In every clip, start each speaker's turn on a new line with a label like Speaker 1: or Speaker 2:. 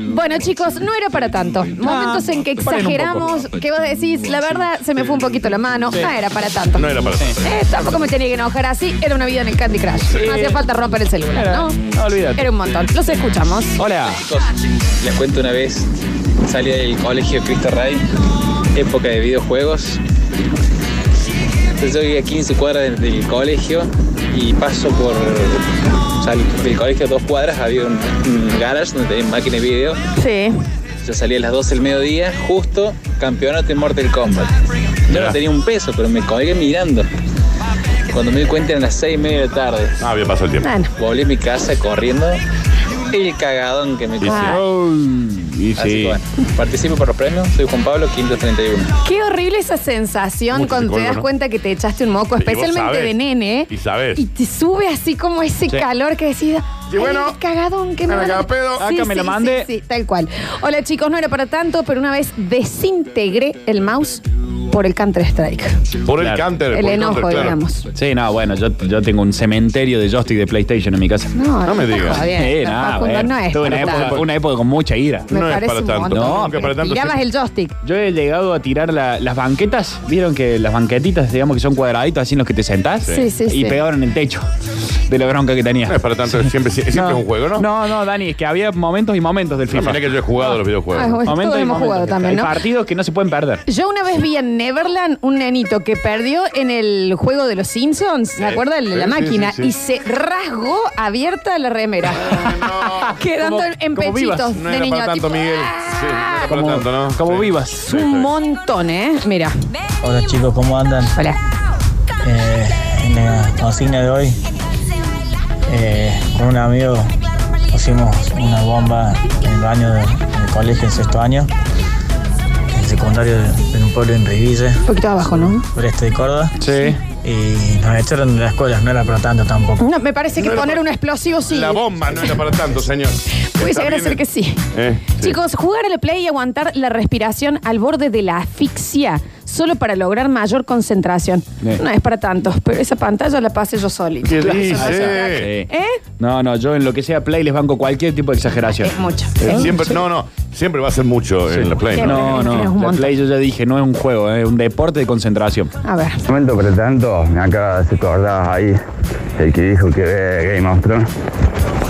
Speaker 1: Bueno, chicos, no era para tanto. Momentos en que
Speaker 2: Paren un
Speaker 1: exageramos, que vos decís, la verdad, se me fue un poquito la mano. No era para tanto.
Speaker 3: No era para tanto.
Speaker 1: Eh, tampoco me tenía que enojar así. Era una vida en el Candy Crush. No hacía falta romper el celular,
Speaker 2: Era-
Speaker 1: ¿no?
Speaker 2: no, olvídate.
Speaker 1: Era un montón. Los escuchamos.
Speaker 2: Hola.
Speaker 4: Chicos, les cuento una vez, salí del colegio Cristo Rey, época de videojuegos. Entonces yo vivía a 15 cuadras del, del colegio y paso por. o sea, del colegio a dos cuadras había un, un garage donde tenían máquina de video.
Speaker 1: Sí.
Speaker 4: Yo salí a las 12 del mediodía, justo campeonato en Mortal Kombat. Yo
Speaker 3: Mirá.
Speaker 4: no tenía un peso, pero me colgué mirando. Cuando me di cuenta eran las 6 y media de la tarde.
Speaker 3: Ah, había pasado el tiempo.
Speaker 1: Bueno,
Speaker 4: Volví a mi casa corriendo. El cagadón que me
Speaker 3: Y sí.
Speaker 4: cogí.
Speaker 1: Ah.
Speaker 2: Y
Speaker 4: Así que bueno, participo por los premios, soy Juan Pablo 531.
Speaker 1: qué horrible esa sensación
Speaker 3: Mucho
Speaker 1: cuando te
Speaker 3: psicólogo,
Speaker 1: das
Speaker 3: ¿no?
Speaker 1: cuenta que te echaste un moco,
Speaker 3: Y vos
Speaker 1: especialmente
Speaker 3: sabés.
Speaker 1: de nene. ¿eh?
Speaker 3: Y sabés.
Speaker 1: Y te sube así como ese
Speaker 2: Sí.
Speaker 1: calor que decís.
Speaker 3: Y bueno,
Speaker 1: "Ay, cagadón, que me
Speaker 3: me
Speaker 1: van a-
Speaker 3: cago pedo,
Speaker 2: acá me la mandé.
Speaker 1: Sí, sí, tal cual. Hola chicos, no era para tanto, pero una vez desintegré el mouse por el Counter Strike.
Speaker 3: Por el
Speaker 2: Claro.
Speaker 3: canter.
Speaker 1: El
Speaker 3: por
Speaker 1: enojo,
Speaker 3: counter, claro.
Speaker 1: digamos.
Speaker 2: Sí, no, bueno, yo, yo tengo un cementerio de joystick de PlayStation en mi casa.
Speaker 1: No,
Speaker 3: No me
Speaker 1: está
Speaker 3: digas.
Speaker 1: jodiendo,
Speaker 2: Eh,
Speaker 1: no,
Speaker 2: nada,
Speaker 1: Facundo,
Speaker 2: bueno,
Speaker 1: no es
Speaker 2: tuve
Speaker 1: para
Speaker 2: una
Speaker 1: tanto.
Speaker 2: época, una época con mucha ira.
Speaker 1: Me
Speaker 3: No es
Speaker 1: parece
Speaker 3: para
Speaker 1: un
Speaker 3: tanto.
Speaker 1: montón.
Speaker 2: No,
Speaker 3: Nunca para tanto.
Speaker 1: Tirabas
Speaker 3: siempre-
Speaker 1: el joystick.
Speaker 2: Yo he llegado a tirar la- las banquetas. ¿Vieron que las banquetitas, digamos, que son cuadraditos así en los que te sentás?
Speaker 1: Sí, sí,
Speaker 2: y
Speaker 1: sí.
Speaker 2: pegaban en el techo de la bronca que tenía.
Speaker 3: No es para tanto. Siempre, siempre
Speaker 2: No.
Speaker 3: es un juego, ¿no?
Speaker 2: No, no, Dani, es que había momentos y momentos del
Speaker 3: La
Speaker 2: FIFA.
Speaker 3: manera que yo he jugado a los videojuegos.
Speaker 1: Ay, Ah, bueno.
Speaker 2: Momentos
Speaker 1: Todos
Speaker 2: y
Speaker 1: hemos jugado
Speaker 2: momentos.
Speaker 1: también, ¿no?
Speaker 2: Hay partidos que no se pueden perder.
Speaker 1: Yo una vez vi en Neverland un nenito que perdió en el juego de los Simpsons, ¿se
Speaker 3: Sí.
Speaker 1: acuerdan?
Speaker 3: Sí,
Speaker 1: la
Speaker 3: sí,
Speaker 1: máquina,
Speaker 3: sí, sí.
Speaker 1: y se rasgó abierta la remera. Quedando
Speaker 2: Como-
Speaker 1: en
Speaker 2: como
Speaker 1: pechitos
Speaker 2: vivas.
Speaker 3: No
Speaker 1: de
Speaker 3: era
Speaker 1: niño.
Speaker 3: para tanto,
Speaker 1: tipo,
Speaker 3: Miguel.
Speaker 1: ¡ah!
Speaker 3: Sí, no era para
Speaker 2: Como-
Speaker 3: tanto, ¿no?
Speaker 2: como
Speaker 3: Sí.
Speaker 2: vivas.
Speaker 3: Sí,
Speaker 1: Es
Speaker 3: sí.
Speaker 1: un montón, ¿eh? Mira.
Speaker 5: Hola chicos, ¿cómo andan?
Speaker 1: Hola.
Speaker 5: Eh, en la consigna de hoy, eh, con un amigo pusimos una bomba en el baño de- del colegio en sexto año, en secundario de, de un pueblo en Riville,
Speaker 1: Un poquito abajo, ¿no?
Speaker 5: este de Córdoba,
Speaker 2: Sí.
Speaker 5: y nos echaron de la escuela, no era para tanto tampoco.
Speaker 1: No, me parece que
Speaker 3: No era
Speaker 1: poner
Speaker 3: para-
Speaker 1: un explosivo sí.
Speaker 3: La bomba no era para tanto, señor.
Speaker 1: Puede
Speaker 3: Está
Speaker 1: llegar a
Speaker 3: bien.
Speaker 1: ser que sí.
Speaker 3: Eh, sí.
Speaker 1: Chicos, jugar a la play y aguantar la respiración al borde de la asfixia solo para lograr mayor concentración.
Speaker 2: Eh.
Speaker 1: No es para tanto, pero esa pantalla la pasé yo solita.
Speaker 3: ¿Qué
Speaker 2: Sí.
Speaker 3: dice?
Speaker 1: ¿Eh?
Speaker 2: No, no, yo en lo que sea play les banco cualquier tipo de exageración.
Speaker 1: Es mucho.
Speaker 3: Eh,
Speaker 1: Es
Speaker 3: Siempre, no, no, siempre va a ser mucho en la Play.
Speaker 2: No,
Speaker 3: ¿no?
Speaker 1: Es un
Speaker 2: no, la
Speaker 1: montón.
Speaker 2: play yo ya dije, no es un juego, eh, es un deporte de concentración.
Speaker 1: A ver.
Speaker 6: momento para tanto, me acaba de acordar ahí el que dijo que ve Game of Thrones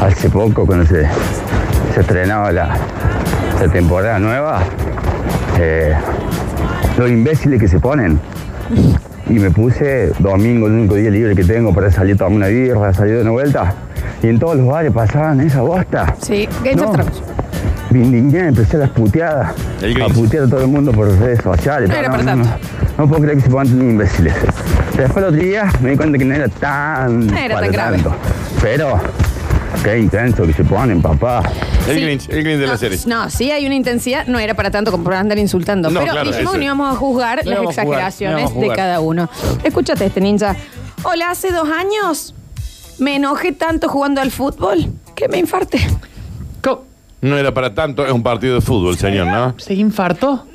Speaker 6: hace poco cuando se, se estrenaba la, la temporada nueva. eh, los imbéciles que se ponen. Y me puse domingo, el único día libre que tengo para salir a tomar una birra, salir de una vuelta. Y en todos los bares pasaban esa bosta.
Speaker 1: Sí, Game of
Speaker 6: No.
Speaker 1: Thrones.
Speaker 6: Me indigné, empecé a las puteadas.
Speaker 3: El gris.
Speaker 6: A putear a todo el mundo por redes sociales.
Speaker 1: No era para
Speaker 6: no, no,
Speaker 1: tanto.
Speaker 6: no puedo creer que se pongan tan imbéciles. Después el otro día me di cuenta que no era tan.
Speaker 1: No era
Speaker 6: para
Speaker 1: tan grave.
Speaker 6: tanto. Pero, qué intenso que se ponen, papá.
Speaker 3: El
Speaker 1: Sí.
Speaker 3: Grinch, el Grinch de
Speaker 1: no,
Speaker 3: la serie.
Speaker 1: No, sí hay una intensidad, no era para tanto como para andar insultando.
Speaker 3: No,
Speaker 1: pero
Speaker 3: claro,
Speaker 1: dijimos
Speaker 3: ese.
Speaker 1: que no íbamos a juzgar
Speaker 2: No
Speaker 1: las
Speaker 2: íbamos a jugar, no
Speaker 1: exageraciones
Speaker 2: íbamos a
Speaker 1: de
Speaker 2: jugar.
Speaker 1: cada uno. Escúchate este ninja. Hola, hace dos años me enojé tanto jugando al fútbol que me infarté.
Speaker 3: No era para tanto, es un partido de fútbol, señor, ¿no?
Speaker 2: ¿Se infartó?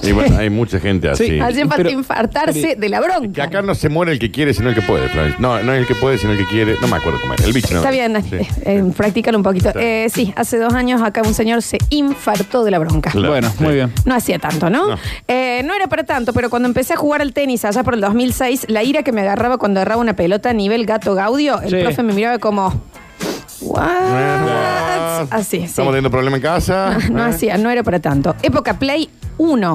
Speaker 3: Y bueno, hay mucha gente así.
Speaker 2: Sí.
Speaker 1: Hacía falta
Speaker 2: Pero-
Speaker 1: infartarse de la bronca.
Speaker 3: Que acá no se muere el que quiere, sino el que puede, Florencia. No, no es el que puede, sino el que quiere. No me acuerdo cómo era. El bicho, ¿no?
Speaker 1: Está bien,
Speaker 3: Sí.
Speaker 1: eh, eh, practícalo un poquito.
Speaker 3: Está
Speaker 1: Eh, sí, hace dos años acá un señor se infartó de la bronca.
Speaker 3: Claro.
Speaker 2: Bueno,
Speaker 3: Sí.
Speaker 2: muy bien.
Speaker 1: No hacía tanto, ¿no?
Speaker 3: No.
Speaker 1: Eh, no era para tanto, pero cuando empecé a jugar al tenis allá por el 2006, la ira que me agarraba cuando agarraba una pelota a nivel gato gaudio, el
Speaker 2: Sí.
Speaker 1: profe me miraba como...
Speaker 3: Bueno.
Speaker 1: What? Así, sí.
Speaker 3: Estamos teniendo problema en casa.
Speaker 1: No
Speaker 3: ¿eh?
Speaker 1: hacía, no era para tanto. Época Play 1.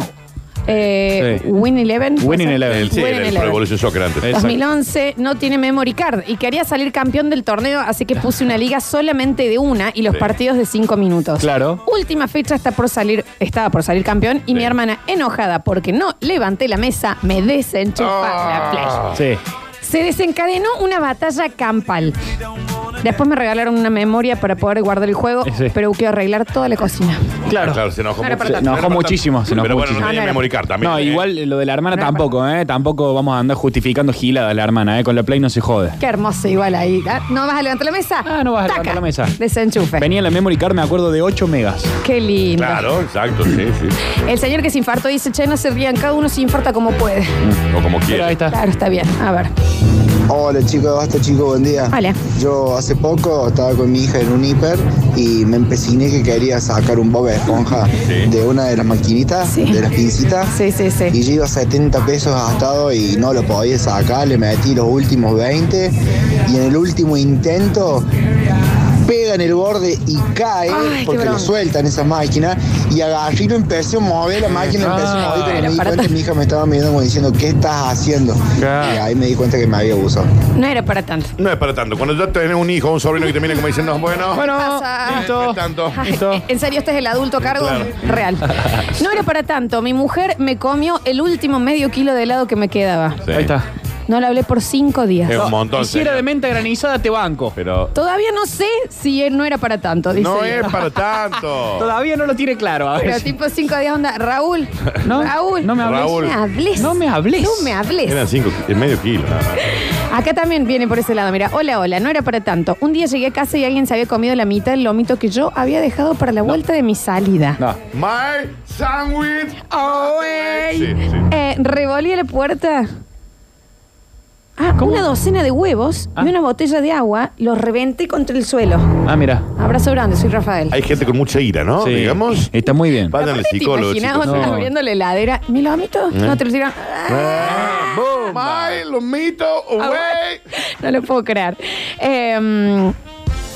Speaker 1: Eh,
Speaker 2: Sí.
Speaker 1: Win Eleven. ¿puede
Speaker 2: Winning
Speaker 1: ser?
Speaker 2: Eleven.
Speaker 3: El, sí,
Speaker 1: Winning
Speaker 3: era el Pro
Speaker 1: Eleven.
Speaker 3: Evolution Soccer antes.
Speaker 2: Exacto.
Speaker 1: 2011 no tiene memory card y quería salir campeón del torneo, así que puse una liga solamente de una y los
Speaker 3: Sí.
Speaker 1: partidos de cinco minutos.
Speaker 2: Claro.
Speaker 1: Última fecha está por salir, estaba por salir campeón y mi hermana enojada porque no levanté la mesa, me desenchufa
Speaker 2: Ah.
Speaker 1: la play.
Speaker 2: Sí.
Speaker 1: Se desencadenó una batalla campal. Después me regalaron una memoria para poder guardar el juego,
Speaker 2: Sí.
Speaker 1: pero hubo que arreglar toda la cocina.
Speaker 3: Ah, Claro. claro, se enojó,
Speaker 1: No era
Speaker 3: mucho.
Speaker 1: para tanto.
Speaker 3: No era para
Speaker 2: muchísimo,
Speaker 3: tanto.
Speaker 2: se enojó
Speaker 3: Pero bueno,
Speaker 2: muchísimo.
Speaker 3: no tenía
Speaker 1: Ah, no era-
Speaker 3: memory card también.
Speaker 2: No,
Speaker 3: ¿eh?
Speaker 2: igual lo de la hermana
Speaker 1: No era
Speaker 2: tampoco, ¿eh? Tampoco vamos a andar justificando giladas la hermana, ¿eh? Con la play no se jode.
Speaker 1: Qué hermoso igual ahí. Ah, ¿No vas a levantar la mesa?
Speaker 2: Ah, no vas a
Speaker 1: Taca.
Speaker 2: levantar la mesa.
Speaker 1: Desenchufe.
Speaker 2: Venía en la memory card, me acuerdo, de 8 megas.
Speaker 1: Qué lindo.
Speaker 3: Claro, exacto, sí, sí.
Speaker 1: El señor que se infartó dice, che, no se rían, cada uno se infarta como puede.
Speaker 3: O
Speaker 2: Pero
Speaker 3: como
Speaker 2: ahí
Speaker 3: quiera.
Speaker 2: está.
Speaker 1: Claro, está bien. A ver.
Speaker 7: Hola chicos, basta chicos, buen día.
Speaker 1: Hola.
Speaker 7: Yo hace poco estaba con mi hija en un hiper y me empeciné que quería sacar un bob de esponja
Speaker 3: Sí.
Speaker 7: de una de las maquinitas,
Speaker 1: Sí.
Speaker 7: de las pincitas.
Speaker 1: Sí, sí, sí.
Speaker 7: Y yo iba 70 pesos gastado y no lo podía sacar, le metí los últimos 20 y en el último intento pega en el borde y cae
Speaker 1: Ay, qué
Speaker 7: porque lo
Speaker 1: bronca.
Speaker 7: sueltan esas máquinas y agarré y lo empecé a mover, la máquina empezó a mover, pero
Speaker 1: Era
Speaker 7: me di
Speaker 1: para
Speaker 7: cuenta
Speaker 1: tanto.
Speaker 7: mi hija me estaba mirando como diciendo, ¿qué estás haciendo?
Speaker 3: Claro.
Speaker 7: Y ahí me di cuenta que me había abusado.
Speaker 1: No era para tanto.
Speaker 3: No es para tanto. Cuando ya tenés un hijo o un sobrino que te mira como diciendo, bueno,
Speaker 2: Bueno,
Speaker 1: pasa?
Speaker 3: no
Speaker 2: listo.
Speaker 3: es tanto.
Speaker 2: Listo.
Speaker 1: En serio, este es el adulto a cargo
Speaker 3: Claro.
Speaker 1: real. No era para tanto. Mi mujer me comió el último medio kilo de helado que me quedaba.
Speaker 3: Sí.
Speaker 2: Ahí está.
Speaker 1: No le hablé por cinco días.
Speaker 3: Es un montón.
Speaker 2: Si era
Speaker 3: señor.
Speaker 2: de menta granizada, te banco.
Speaker 3: Pero
Speaker 1: Todavía no sé si él no era para tanto, dice.
Speaker 3: no
Speaker 1: él.
Speaker 3: es para tanto.
Speaker 2: Todavía no lo tiene claro. A
Speaker 1: Pero
Speaker 2: ver.
Speaker 1: tipo cinco días onda. Raúl,
Speaker 2: No,
Speaker 1: Raúl.
Speaker 2: no me hables.
Speaker 1: No
Speaker 3: Raúl.
Speaker 1: me hables.
Speaker 2: No me hables.
Speaker 1: No me hables.
Speaker 3: Eran cinco, ki- medio kilo. nada más.
Speaker 1: Acá también viene por ese lado. Mira, hola, hola, no era para tanto. Un día llegué a casa y alguien se había comido la mitad del lomito que yo había dejado para la vuelta de mi salida.
Speaker 2: No.
Speaker 3: My sandwich. Sí, sí.
Speaker 1: Eh, revolví la puerta. Ah, una docena de huevos
Speaker 2: Ah.
Speaker 1: y una botella de agua los reventé contra el suelo.
Speaker 2: Ah, mira.
Speaker 1: Abrazo grande, soy Rafael.
Speaker 3: Hay gente con mucha ira, ¿no?
Speaker 2: Sí.
Speaker 3: Digamos.
Speaker 2: Está muy bien.
Speaker 3: Vayan al
Speaker 1: Aparte, ¿Te
Speaker 3: psicólogo.
Speaker 1: imaginas
Speaker 3: chicos. ¿Eh?
Speaker 1: vos
Speaker 2: No.
Speaker 1: abriendo la heladera? ¿Mi lomito? No te lo tiran.
Speaker 3: Ah, My lomito away.
Speaker 1: No lo puedo creer. Eh,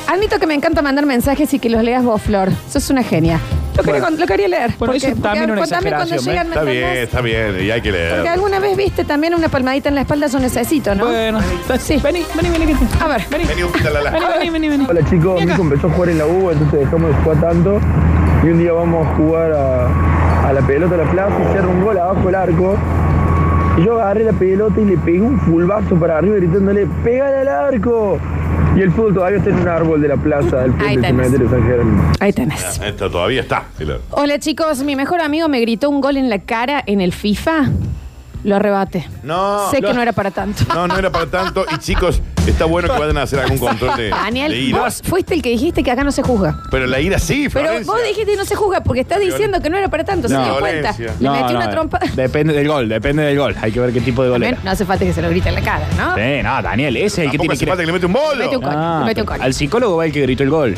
Speaker 1: admito que me encanta mandar mensajes y que los leas vos, Flor. Sos una genia. Lo, quería,
Speaker 2: Bueno.
Speaker 1: con- lo quería leer.
Speaker 2: Bueno, eso también una
Speaker 1: contame cuando
Speaker 2: exageración, ¿eh?
Speaker 1: llegan,
Speaker 3: Está
Speaker 1: ¿me
Speaker 3: bien,
Speaker 1: entendés?
Speaker 3: está bien. Y hay que
Speaker 1: Porque
Speaker 3: leer.
Speaker 1: alguna vez viste también una palmadita en la espalda, yo necesito, ¿no?
Speaker 2: Bueno,
Speaker 1: Sí.
Speaker 2: vení, vení, vení. que te-
Speaker 1: A ver.
Speaker 2: Vení,
Speaker 3: Vení, quita la la.
Speaker 2: vení, vení, vení, vení.
Speaker 8: Hola chicos, Nico empezó a jugar en la U, entonces dejamos de jugar tanto. Y un día vamos a jugar a, a la pelota a la plaza y cierra un gol abajo del arco. Y yo agarré la pelota y le pegué un fulbazo para arriba gritándole, ¡pégale al arco! Y el fútbol todavía está en un árbol de la plaza, del
Speaker 1: Ahí
Speaker 8: puente del
Speaker 1: tenés.
Speaker 8: cementerio de San Jerónimo.
Speaker 1: Ahí tenés.
Speaker 3: Ah, Esto todavía está. Mira.
Speaker 1: Hola chicos, mi mejor amigo me gritó un gol en la cara en el FIFA. Lo arrebate.
Speaker 3: No,
Speaker 1: Sé
Speaker 3: no.
Speaker 1: que no era para tanto.
Speaker 3: No, no era para tanto. Y chicos, está bueno que vayan a hacer algún control de,
Speaker 1: Daniel,
Speaker 3: de ira.
Speaker 1: vos fuiste el que dijiste que acá no se juzga.
Speaker 3: Pero la ira sí,
Speaker 1: Pero
Speaker 3: Florencia.
Speaker 1: vos dijiste que no se juzga porque estás diciendo que no era para tanto.
Speaker 2: No.
Speaker 1: se dio cuenta.
Speaker 3: Violencia.
Speaker 1: Le
Speaker 2: No,
Speaker 1: metí
Speaker 2: no, eh,
Speaker 1: una trompa.
Speaker 2: Depende del gol, depende del gol. Hay que ver qué tipo de gol
Speaker 1: Bueno,
Speaker 2: era.
Speaker 1: no hace falta que se lo grite en la cara, ¿no?
Speaker 2: Sí, no, Daniel, ese es el que
Speaker 3: Tampoco
Speaker 2: tiene que
Speaker 3: hace falta
Speaker 2: ir.
Speaker 3: que le mete un
Speaker 1: Mete
Speaker 3: bolo.
Speaker 1: un gol, mete un gol.
Speaker 2: al psicólogo va el que gritó el gol.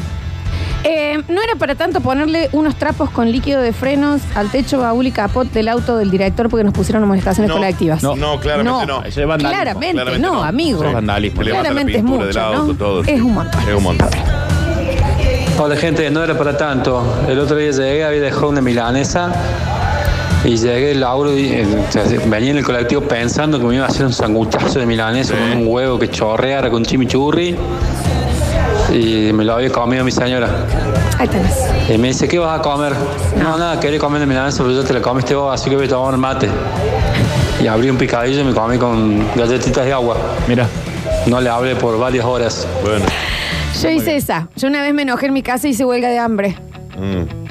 Speaker 1: Eh, no era para tanto ponerle unos trapos con líquido de frenos al techo, baúl y capot del auto del director porque nos pusieron amonestaciones
Speaker 3: No,
Speaker 1: colectivas.
Speaker 3: no, no, claramente no.
Speaker 2: Eso es vandalismo.
Speaker 1: Claramente,
Speaker 3: Claramente
Speaker 1: no,
Speaker 3: no.
Speaker 1: amigo.
Speaker 2: Eso es vandalismo.
Speaker 3: Que le levanta la
Speaker 1: Claramente es
Speaker 3: pintura
Speaker 1: mucho,
Speaker 3: del auto,
Speaker 1: ¿no?
Speaker 3: todo,
Speaker 1: Es
Speaker 3: sí.
Speaker 1: un montón.
Speaker 3: Es un montón.
Speaker 9: Hola Oh, gente, no era para tanto. El otro día llegué, había dejado una milanesa y llegué al laburo y eh, o sea, venía en el colectivo pensando que me iba a hacer un sanguchazo de milanesa
Speaker 3: Sí.
Speaker 9: con un huevo que chorreara con chimichurri y me lo había comido mi señora.
Speaker 1: Ahí tenés.
Speaker 9: Y me dice, ¿qué vas a comer? No, nada, quería comer de milanesa, pero ya te la comiste vos, así que voy a tomar mate. Y abrí un picadillo y me comí con galletitas de agua.
Speaker 2: Mira.
Speaker 9: No le hablé por varias horas.
Speaker 3: Bueno.
Speaker 1: Yo hice esa. Yo una vez me enojé en mi casa y hice huelga de hambre.
Speaker 3: mm.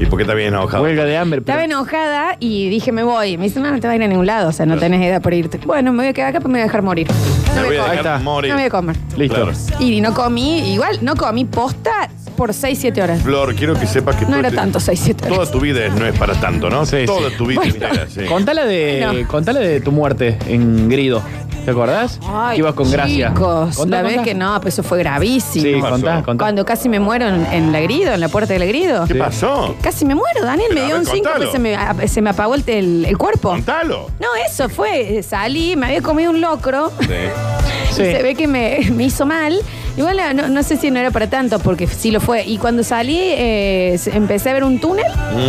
Speaker 3: ¿Y por qué está bien enojado?
Speaker 2: Huelga de hambre. pero-
Speaker 1: Estaba enojada y dije, me voy. Me dice, no, no te vas a ir a ningún lado, o sea, no tenés edad para irte. Bueno, me voy a quedar acá, pero me voy a dejar morir. No
Speaker 3: Me voy a
Speaker 2: Ahí
Speaker 3: dejar
Speaker 2: está.
Speaker 3: morir.
Speaker 1: No voy a comer.
Speaker 2: Listo.
Speaker 3: Claro.
Speaker 1: Y no comí, igual, no comí posta por 6, 7 horas.
Speaker 3: Flor, quiero que sepas que
Speaker 1: No
Speaker 3: tú
Speaker 1: era
Speaker 3: te-
Speaker 1: tanto 6, 7 horas.
Speaker 3: Toda tu vida es- no es para tanto, ¿no?
Speaker 2: Sí, sí.
Speaker 3: Toda tu vida
Speaker 1: Bueno.
Speaker 3: entera, sí.
Speaker 2: Contala de,
Speaker 1: Bueno.
Speaker 2: contala de tu muerte en Grido. ¿Te acordás?
Speaker 1: Ay,
Speaker 2: que ibas con gracia.
Speaker 1: Chicos,
Speaker 2: Contá,
Speaker 1: la vez
Speaker 2: contá.
Speaker 1: que no, pues eso fue gravísimo.
Speaker 2: Sí,
Speaker 3: pasó?
Speaker 2: contá, contá.
Speaker 1: Cuando casi me muero en, en la grido, en la puerta del grido.
Speaker 3: ¿Qué pasó?
Speaker 1: Casi me muero, Daniel.
Speaker 3: Pero,
Speaker 1: me
Speaker 3: a
Speaker 1: dio
Speaker 3: ver,
Speaker 1: un 5
Speaker 3: contalo.
Speaker 1: se me, a- se me apagó el, el- el cuerpo.
Speaker 3: Contalo.
Speaker 1: No, eso fue. eh, Salí, me había comido un locro. y
Speaker 2: Sí.
Speaker 1: se ve que me, me hizo mal. Igual eh, no, no sé si no era para tanto, porque sí lo fue. Y cuando salí, eh, se- empecé a ver un túnel.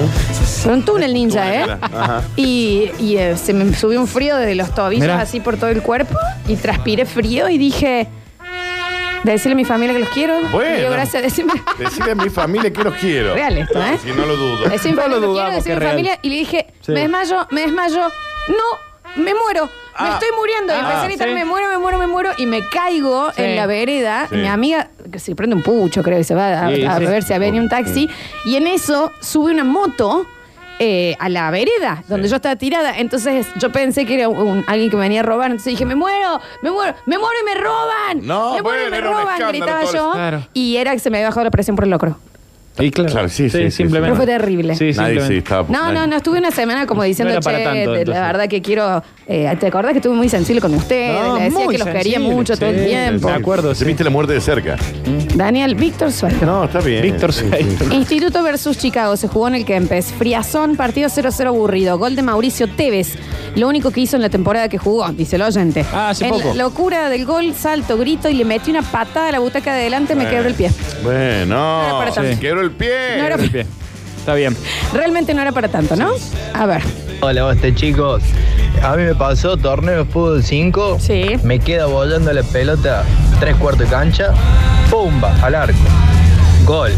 Speaker 1: Fue un túnel ninja,
Speaker 3: Túnel,
Speaker 1: ¿eh?
Speaker 3: era. Ajá.
Speaker 1: Y, y, eh, se me subió un frío de los tobillos,
Speaker 2: Mirá.
Speaker 1: así por todo el cuerpo. Y transpiré frío y dije... Decirle a mi familia que los quiero.
Speaker 3: Bueno.
Speaker 1: Y yo, gracias. Decime,
Speaker 3: Decirle a mi familia que los quiero.
Speaker 1: Real esto, ¿eh?
Speaker 3: Si no lo dudo.
Speaker 1: Decía mi
Speaker 2: No lo
Speaker 1: familia, "Lo quiero",
Speaker 2: dudamos,
Speaker 1: decía
Speaker 2: que
Speaker 1: mi
Speaker 2: es real.
Speaker 1: familia, y le dije,
Speaker 2: Sí.
Speaker 1: me desmayo, me desmayo, no, me muero, me
Speaker 3: Ah.
Speaker 1: estoy muriendo. Y
Speaker 2: Ah,
Speaker 1: empecé a gritar,
Speaker 2: sí.
Speaker 1: me muero, me muero, me muero, y me caigo
Speaker 2: Sí.
Speaker 1: en la vereda.
Speaker 3: Sí.
Speaker 1: Mi amiga, que se prende un pucho, creo que se va a,
Speaker 2: Sí,
Speaker 1: a
Speaker 2: sí.
Speaker 1: ver si venía un taxi, y en eso sube una moto. eh, a la vereda donde yo estaba tirada entonces yo pensé que era un- alguien que me venía a robar entonces dije me muero me muero me muero y me roban
Speaker 3: No,
Speaker 1: me muero
Speaker 3: bueno,
Speaker 1: y me
Speaker 3: era un
Speaker 1: roban
Speaker 3: escándalo
Speaker 1: gritaba
Speaker 3: todo
Speaker 1: yo
Speaker 2: eso. Claro.
Speaker 1: y era que se me había bajado la presión por el locro
Speaker 2: Y claro,
Speaker 3: Claro, sí, sí, sí,
Speaker 2: simplemente.
Speaker 1: Pero fue terrible.
Speaker 2: Sí,
Speaker 3: Nadie sí
Speaker 2: simplemente.
Speaker 3: estaba.
Speaker 1: No, no, no, estuve una semana como diciendo,
Speaker 2: era para
Speaker 1: che,
Speaker 2: tanto,
Speaker 1: de- la
Speaker 2: entonces".
Speaker 1: verdad que quiero. eh, ¿Te acordás que estuve muy sensible con ustedes?
Speaker 2: No,
Speaker 1: Le decía
Speaker 2: muy
Speaker 1: que los quería
Speaker 2: sensible,
Speaker 1: mucho todo el
Speaker 2: sí.
Speaker 1: tiempo.
Speaker 2: De acuerdo, sí.
Speaker 3: Se viste la muerte de cerca.
Speaker 1: Daniel Víctor Suárez.
Speaker 3: No, está bien.
Speaker 2: Víctor Suárez.
Speaker 1: Instituto versus Chicago se jugó en el Kempes. Friazón, partido 0-0 aburrido. Gol de Mauricio Tevez. Lo único que hizo en la temporada que jugó, dice el oyente.
Speaker 2: Ah, hace
Speaker 1: En
Speaker 2: poco.
Speaker 1: Locura del gol, salto, grito y le metí una patada a la butaca de adelante,
Speaker 2: Eh.
Speaker 1: me quebró el pie. era
Speaker 3: Bueno,
Speaker 1: para tanto.
Speaker 3: se quebró el
Speaker 1: No era-
Speaker 3: pie.
Speaker 2: El pie. Está bien.
Speaker 1: Realmente no era para tanto, ¿no? A ver.
Speaker 10: Hola, basta chicos. A mí me pasó torneo de fútbol 5.
Speaker 1: Sí.
Speaker 10: Me queda volando la pelota tres cuartos de cancha. Pumba, al arco. Gol.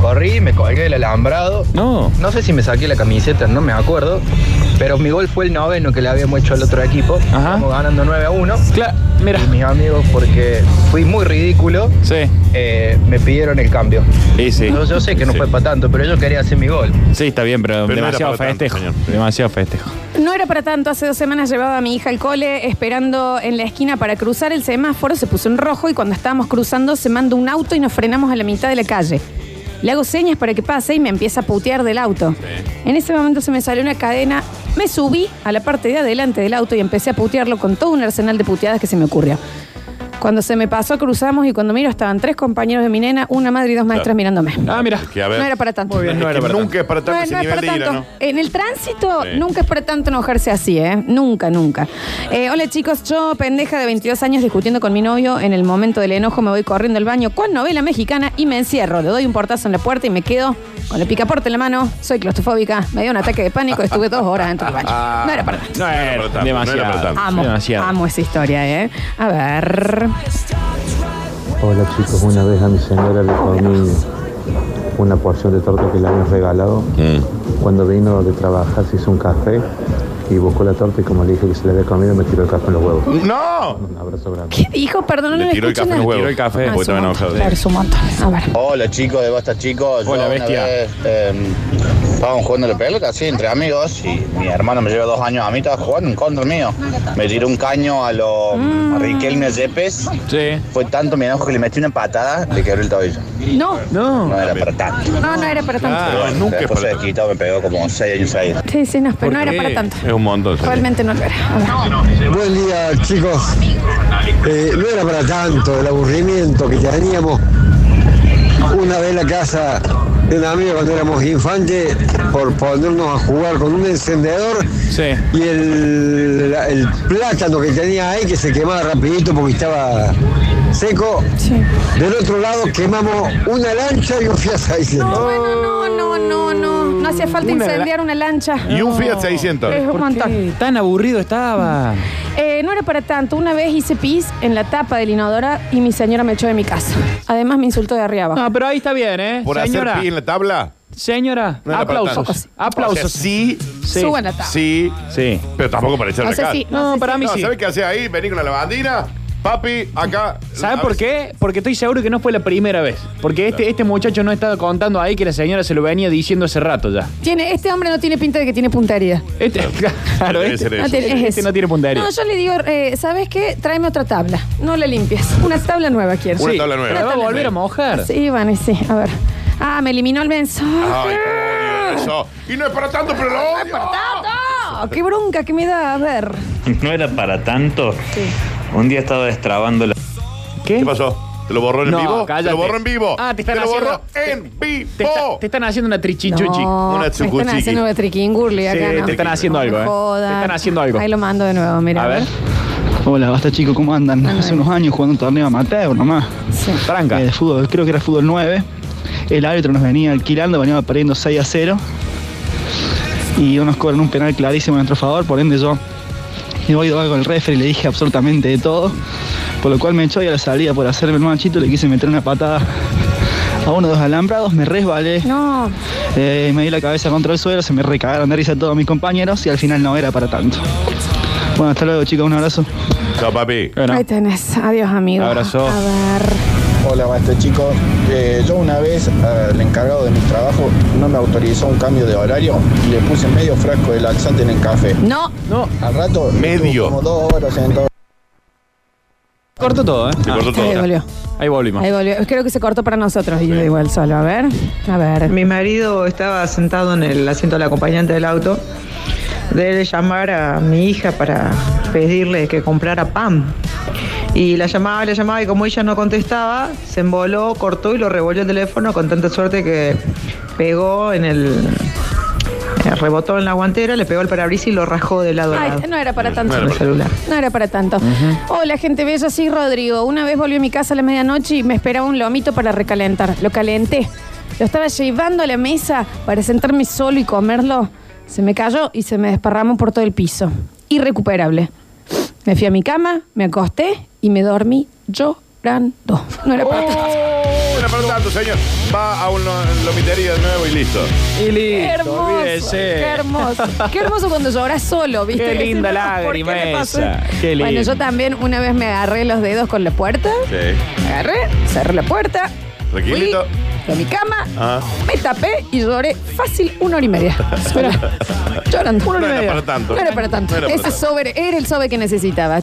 Speaker 10: Corrí, me colgué del alambrado.
Speaker 2: No.
Speaker 10: No sé si me saqué la camiseta, no me acuerdo. Pero mi gol fue el noveno que le habíamos hecho al otro equipo.
Speaker 2: Ajá.
Speaker 10: Estamos ganando 9 a 1.
Speaker 2: Claro, mira.
Speaker 10: Y mis amigos, porque fui muy ridículo,
Speaker 2: Sí.
Speaker 10: eh, me pidieron el cambio.
Speaker 2: Sí, sí.
Speaker 10: Yo, yo sé que no
Speaker 3: Sí.
Speaker 10: fue para tanto, pero yo quería hacer mi gol.
Speaker 2: Sí, está bien, pero,
Speaker 3: Pero no era
Speaker 2: demasiado
Speaker 3: para tanto,
Speaker 2: festejo.
Speaker 3: señor.
Speaker 2: demasiado festejo.
Speaker 1: No era para tanto. Hace dos semanas llevaba a mi hija al cole esperando en la esquina para cruzar el semáforo. Se puso en rojo y cuando estábamos cruzando se manda un auto y nos frenamos a la mitad de la calle. Le hago señas para que pase y me empieza a putear del auto. En ese momento se me salió una cadena. Me subí a la parte de adelante del auto y empecé a putearlo con todo un arsenal de puteadas que se me ocurrió. Cuando se me pasó cruzamos y cuando miro estaban tres compañeros de mi nena, una madre y dos maestras mirándome.
Speaker 2: Ah, mira.
Speaker 3: Que a ver.
Speaker 1: No era para tanto.
Speaker 2: Muy bien, no
Speaker 3: Es
Speaker 2: era
Speaker 3: que
Speaker 2: para
Speaker 3: Nunca es para tanto ese
Speaker 1: No, no es
Speaker 3: nivel
Speaker 1: para
Speaker 3: de ira,
Speaker 1: tanto.
Speaker 3: ¿no?
Speaker 1: En el tránsito
Speaker 3: Sí.
Speaker 1: nunca es para tanto enojarse así, ¿eh? Nunca, nunca. Eh, hola chicos, yo pendeja de 22 años discutiendo con mi novio, en el momento del enojo me voy corriendo al baño con novela mexicana y me encierro, le doy un portazo en la puerta y me quedo con el picaporte en la mano, soy claustrofóbica, me dio un ataque de pánico, estuve dos horas dentro del baño.
Speaker 3: Ah.
Speaker 1: No era para tanto.
Speaker 2: No era
Speaker 3: para tanto, no
Speaker 2: demasiado.
Speaker 3: era para tanto.
Speaker 1: Amo,
Speaker 2: Demasiado.
Speaker 1: amo esa historia, ¿eh? A ver.
Speaker 11: Hola chicos, una vez a mi señora le comí una porción de torta que le habían regalado. Cuando vino de trabajar se hizo un café y buscó la torta y como le dije que se la había comido me tiró el café en los huevos.
Speaker 3: ¡No!
Speaker 11: Un abrazo grande.
Speaker 1: ¿Qué dijo? Perdón, no
Speaker 3: Le
Speaker 1: lo
Speaker 3: tiró el
Speaker 1: escuché
Speaker 3: café en los
Speaker 1: nada.
Speaker 3: huevos.
Speaker 2: Tiró el café.
Speaker 3: Porque
Speaker 1: Ah, es un
Speaker 3: estaba
Speaker 1: montón.
Speaker 3: enojado.
Speaker 1: Claro, es un montón. A ver.
Speaker 7: Hola chicos de Basta Chicos.
Speaker 2: Hola,
Speaker 7: Yo
Speaker 2: bestia.
Speaker 7: Una vez, eh, estábamos jugando la pelota así entre amigos y mi hermano me lleva dos años a mí, estaba jugando en contra mío. Me tiró un caño a los Riquelme Yepes.
Speaker 2: Sí.
Speaker 7: Fue tanto mi enojo que le metí una patada, le quebró el tobillo.
Speaker 1: No,
Speaker 2: No.
Speaker 7: No era para tanto.
Speaker 1: no, no era para tanto.
Speaker 2: Claro.
Speaker 3: No, Ah, nunca es para
Speaker 7: Después se
Speaker 3: tanto.
Speaker 7: quitó, me pegó como 6 años ahí.
Speaker 1: Sí, sí, no, pero no era
Speaker 2: qué?
Speaker 1: para tanto.
Speaker 3: Es un montón. señor.
Speaker 1: Realmente no lo era. A ver.
Speaker 8: Buen día, chicos. Eh, no era para tanto el aburrimiento que teníamos. Una vez en la casa de un amigo cuando éramos infantes, por ponernos a jugar con un encendedor
Speaker 2: Sí.
Speaker 8: y el, la- el plátano que tenía ahí que se quemaba rapidito porque estaba seco.
Speaker 1: Sí.
Speaker 8: Del otro lado quemamos una lancha y un Fiat 600.
Speaker 1: No, bueno, no, no, no, no. No hacía falta
Speaker 2: Una
Speaker 1: incendiar una lancha.
Speaker 3: Y un Fiat
Speaker 1: Es
Speaker 3: 600.
Speaker 1: un montón.
Speaker 2: Tan aburrido estaba.
Speaker 1: Eh, no era para tanto. Una vez hice pis en la tapa de la inodora y mi señora me echó de mi casa. Además me insultó de arriba abajo.
Speaker 2: No, pero ahí está bien, ¿eh?
Speaker 3: Por hacer
Speaker 2: señora,
Speaker 3: pi en la tabla.
Speaker 2: señora,
Speaker 3: No era para
Speaker 2: aplausos.
Speaker 3: tanto.
Speaker 2: Aplausos.
Speaker 3: O sea, sí,
Speaker 2: sí.
Speaker 1: Suban la tapa.
Speaker 3: sí,
Speaker 2: Sí.
Speaker 3: pero tampoco para echarle
Speaker 1: O sea,
Speaker 3: acá.
Speaker 1: sí.
Speaker 2: No,
Speaker 1: No sé
Speaker 2: para
Speaker 1: si-
Speaker 2: mí
Speaker 3: No,
Speaker 2: sí.
Speaker 3: ¿sabes qué hacía ahí? Vení con la lavandina. Papi, acá.
Speaker 2: ¿Sabes
Speaker 3: A
Speaker 2: por
Speaker 3: ver.
Speaker 2: qué? Porque estoy seguro que no fue la primera vez. Porque este, este muchacho no estaba contando ahí que la señora se lo venía diciendo hace rato ya.
Speaker 1: Tiene, este hombre no tiene pinta de que tiene puntería.
Speaker 2: Este, claro,
Speaker 3: Debe
Speaker 2: este,
Speaker 3: ser
Speaker 1: No
Speaker 3: eso.
Speaker 1: tiene, es
Speaker 2: este
Speaker 1: eso.
Speaker 2: no tiene puntería.
Speaker 1: No, yo le digo, eh, ¿sabes qué? Tráeme otra tabla. No la limpies. Una tabla nueva quiero.
Speaker 3: Una tabla nueva.
Speaker 2: La va a
Speaker 1: Una
Speaker 2: volver a mojar.
Speaker 1: Sí, bueno, y sí. A ver. Ah, me eliminó el mensaje.
Speaker 3: Ay, qué odio eso. Y no es para tanto, pero lo odio.
Speaker 1: ¡Tato! Ah, ¡Qué bronca que me da! A ver.
Speaker 12: No era para tanto. Un día estaba destrabando la.
Speaker 3: ¿Qué pasó? ¿Te lo borró en
Speaker 2: No,
Speaker 3: vivo?
Speaker 2: cállate.
Speaker 3: Te lo borró en vivo.
Speaker 2: Ah, te están
Speaker 3: lo
Speaker 2: haciendo-
Speaker 3: borró en
Speaker 2: Te, está-
Speaker 3: vivo.
Speaker 2: te están haciendo una trichinchuchi.
Speaker 1: Oh. No,
Speaker 3: una
Speaker 1: me están
Speaker 3: tsukuchiki.
Speaker 1: haciendo una triquingurli acá,
Speaker 2: Sí,
Speaker 1: ¿no?
Speaker 2: te están haciendo
Speaker 1: No
Speaker 2: algo,
Speaker 1: me
Speaker 2: ¿eh?
Speaker 1: jodan.
Speaker 2: Te están haciendo algo.
Speaker 1: Ahí lo mando de nuevo, mira.
Speaker 2: A ver.
Speaker 11: Hola, basta chicos, ¿cómo andan? Hace unos años jugando un torneo amateur nomás.
Speaker 1: Sí.
Speaker 2: Tranca.
Speaker 11: Eh, de fútbol, creo que era fútbol 9. El árbitro nos venía alquilando, veníamos perdiendo 6 a 0. Y unos cobran un penal clarísimo a nuestro favor, por ende yo me voy de vago con el refri y le dije absolutamente de todo. Por lo cual me echó y a la salida por hacerme el manchito le quise meter una patada a uno de los alambrados, me resbalé,
Speaker 1: No,
Speaker 11: eh, me di la cabeza contra el suelo, se me recagaron de risa todos mis compañeros y al final no era para tanto. Bueno, hasta luego chicos, un abrazo.
Speaker 3: Chao, papi.
Speaker 2: Bueno,
Speaker 1: ahí tenés. Adiós, amigo.
Speaker 2: Abrazo.
Speaker 1: A ver.
Speaker 8: Hola, basta chicos. Eh, yo una vez al encargado de mi trabajo no me autorizó un cambio de horario y le puse medio frasco de laxante en el café.
Speaker 1: No,
Speaker 2: no.
Speaker 8: Al rato,
Speaker 3: Medio.
Speaker 2: Ah,
Speaker 8: estuve como dos horas sentado.
Speaker 2: Corto todo, ¿eh?
Speaker 3: Se cortó todo.
Speaker 1: Ahí volvió.
Speaker 2: Ahí volvimos.
Speaker 1: Ahí volvió. Creo que se cortó para nosotros y yo igual solo. A ver, a ver.
Speaker 13: Mi marido estaba sentado en el asiento del acompañante del auto. Debe llamar a mi hija para pedirle que comprara pan. Y la llamaba, la llamaba y como ella no contestaba, se emboló, cortó y lo revolvió el teléfono con tanta suerte que pegó en el... eh, Rebotó en la guantera, le pegó el parabrisas y lo rajó de lado a
Speaker 1: Ay,
Speaker 13: lado.
Speaker 1: no era para tanto.
Speaker 13: Con el celular.
Speaker 1: No era para tanto. Hola, gente bella, sí, Rodrigo. Una vez volví a mi casa a la medianoche y me esperaba un lomito para recalentar. Lo calenté. Lo estaba llevando a la mesa para sentarme solo y comerlo. Se me cayó y se me desparramó por todo el piso. Irrecuperable. Me fui a mi cama, me acosté y me dormí llorando. No era para tanto.
Speaker 3: Oh, era para tanto, señor. Va a un lo- lomitería de nuevo y listo.
Speaker 2: Y listo,
Speaker 1: Qué hermoso,
Speaker 2: olvídese.
Speaker 1: qué hermoso. Qué hermoso cuando lloras solo, ¿viste?
Speaker 2: Qué linda
Speaker 1: Decís, "No, ¿por
Speaker 2: lágrima
Speaker 1: qué me pasó
Speaker 2: esa,
Speaker 1: esto?".
Speaker 2: qué
Speaker 1: Bueno,
Speaker 2: lindo.
Speaker 1: yo también una vez me agarré los dedos con la puerta.
Speaker 3: Sí.
Speaker 1: Me agarré, cerré la puerta.
Speaker 3: Tranquilito.
Speaker 1: Fui a mi cama,
Speaker 3: Ah.
Speaker 1: me tapé y lloré fácil una hora y media. Sola, llorando.
Speaker 3: No era para tanto.
Speaker 1: No era para tanto.
Speaker 3: No era para
Speaker 1: Ese
Speaker 3: tanto.
Speaker 1: sober era el sobe que necesitaba.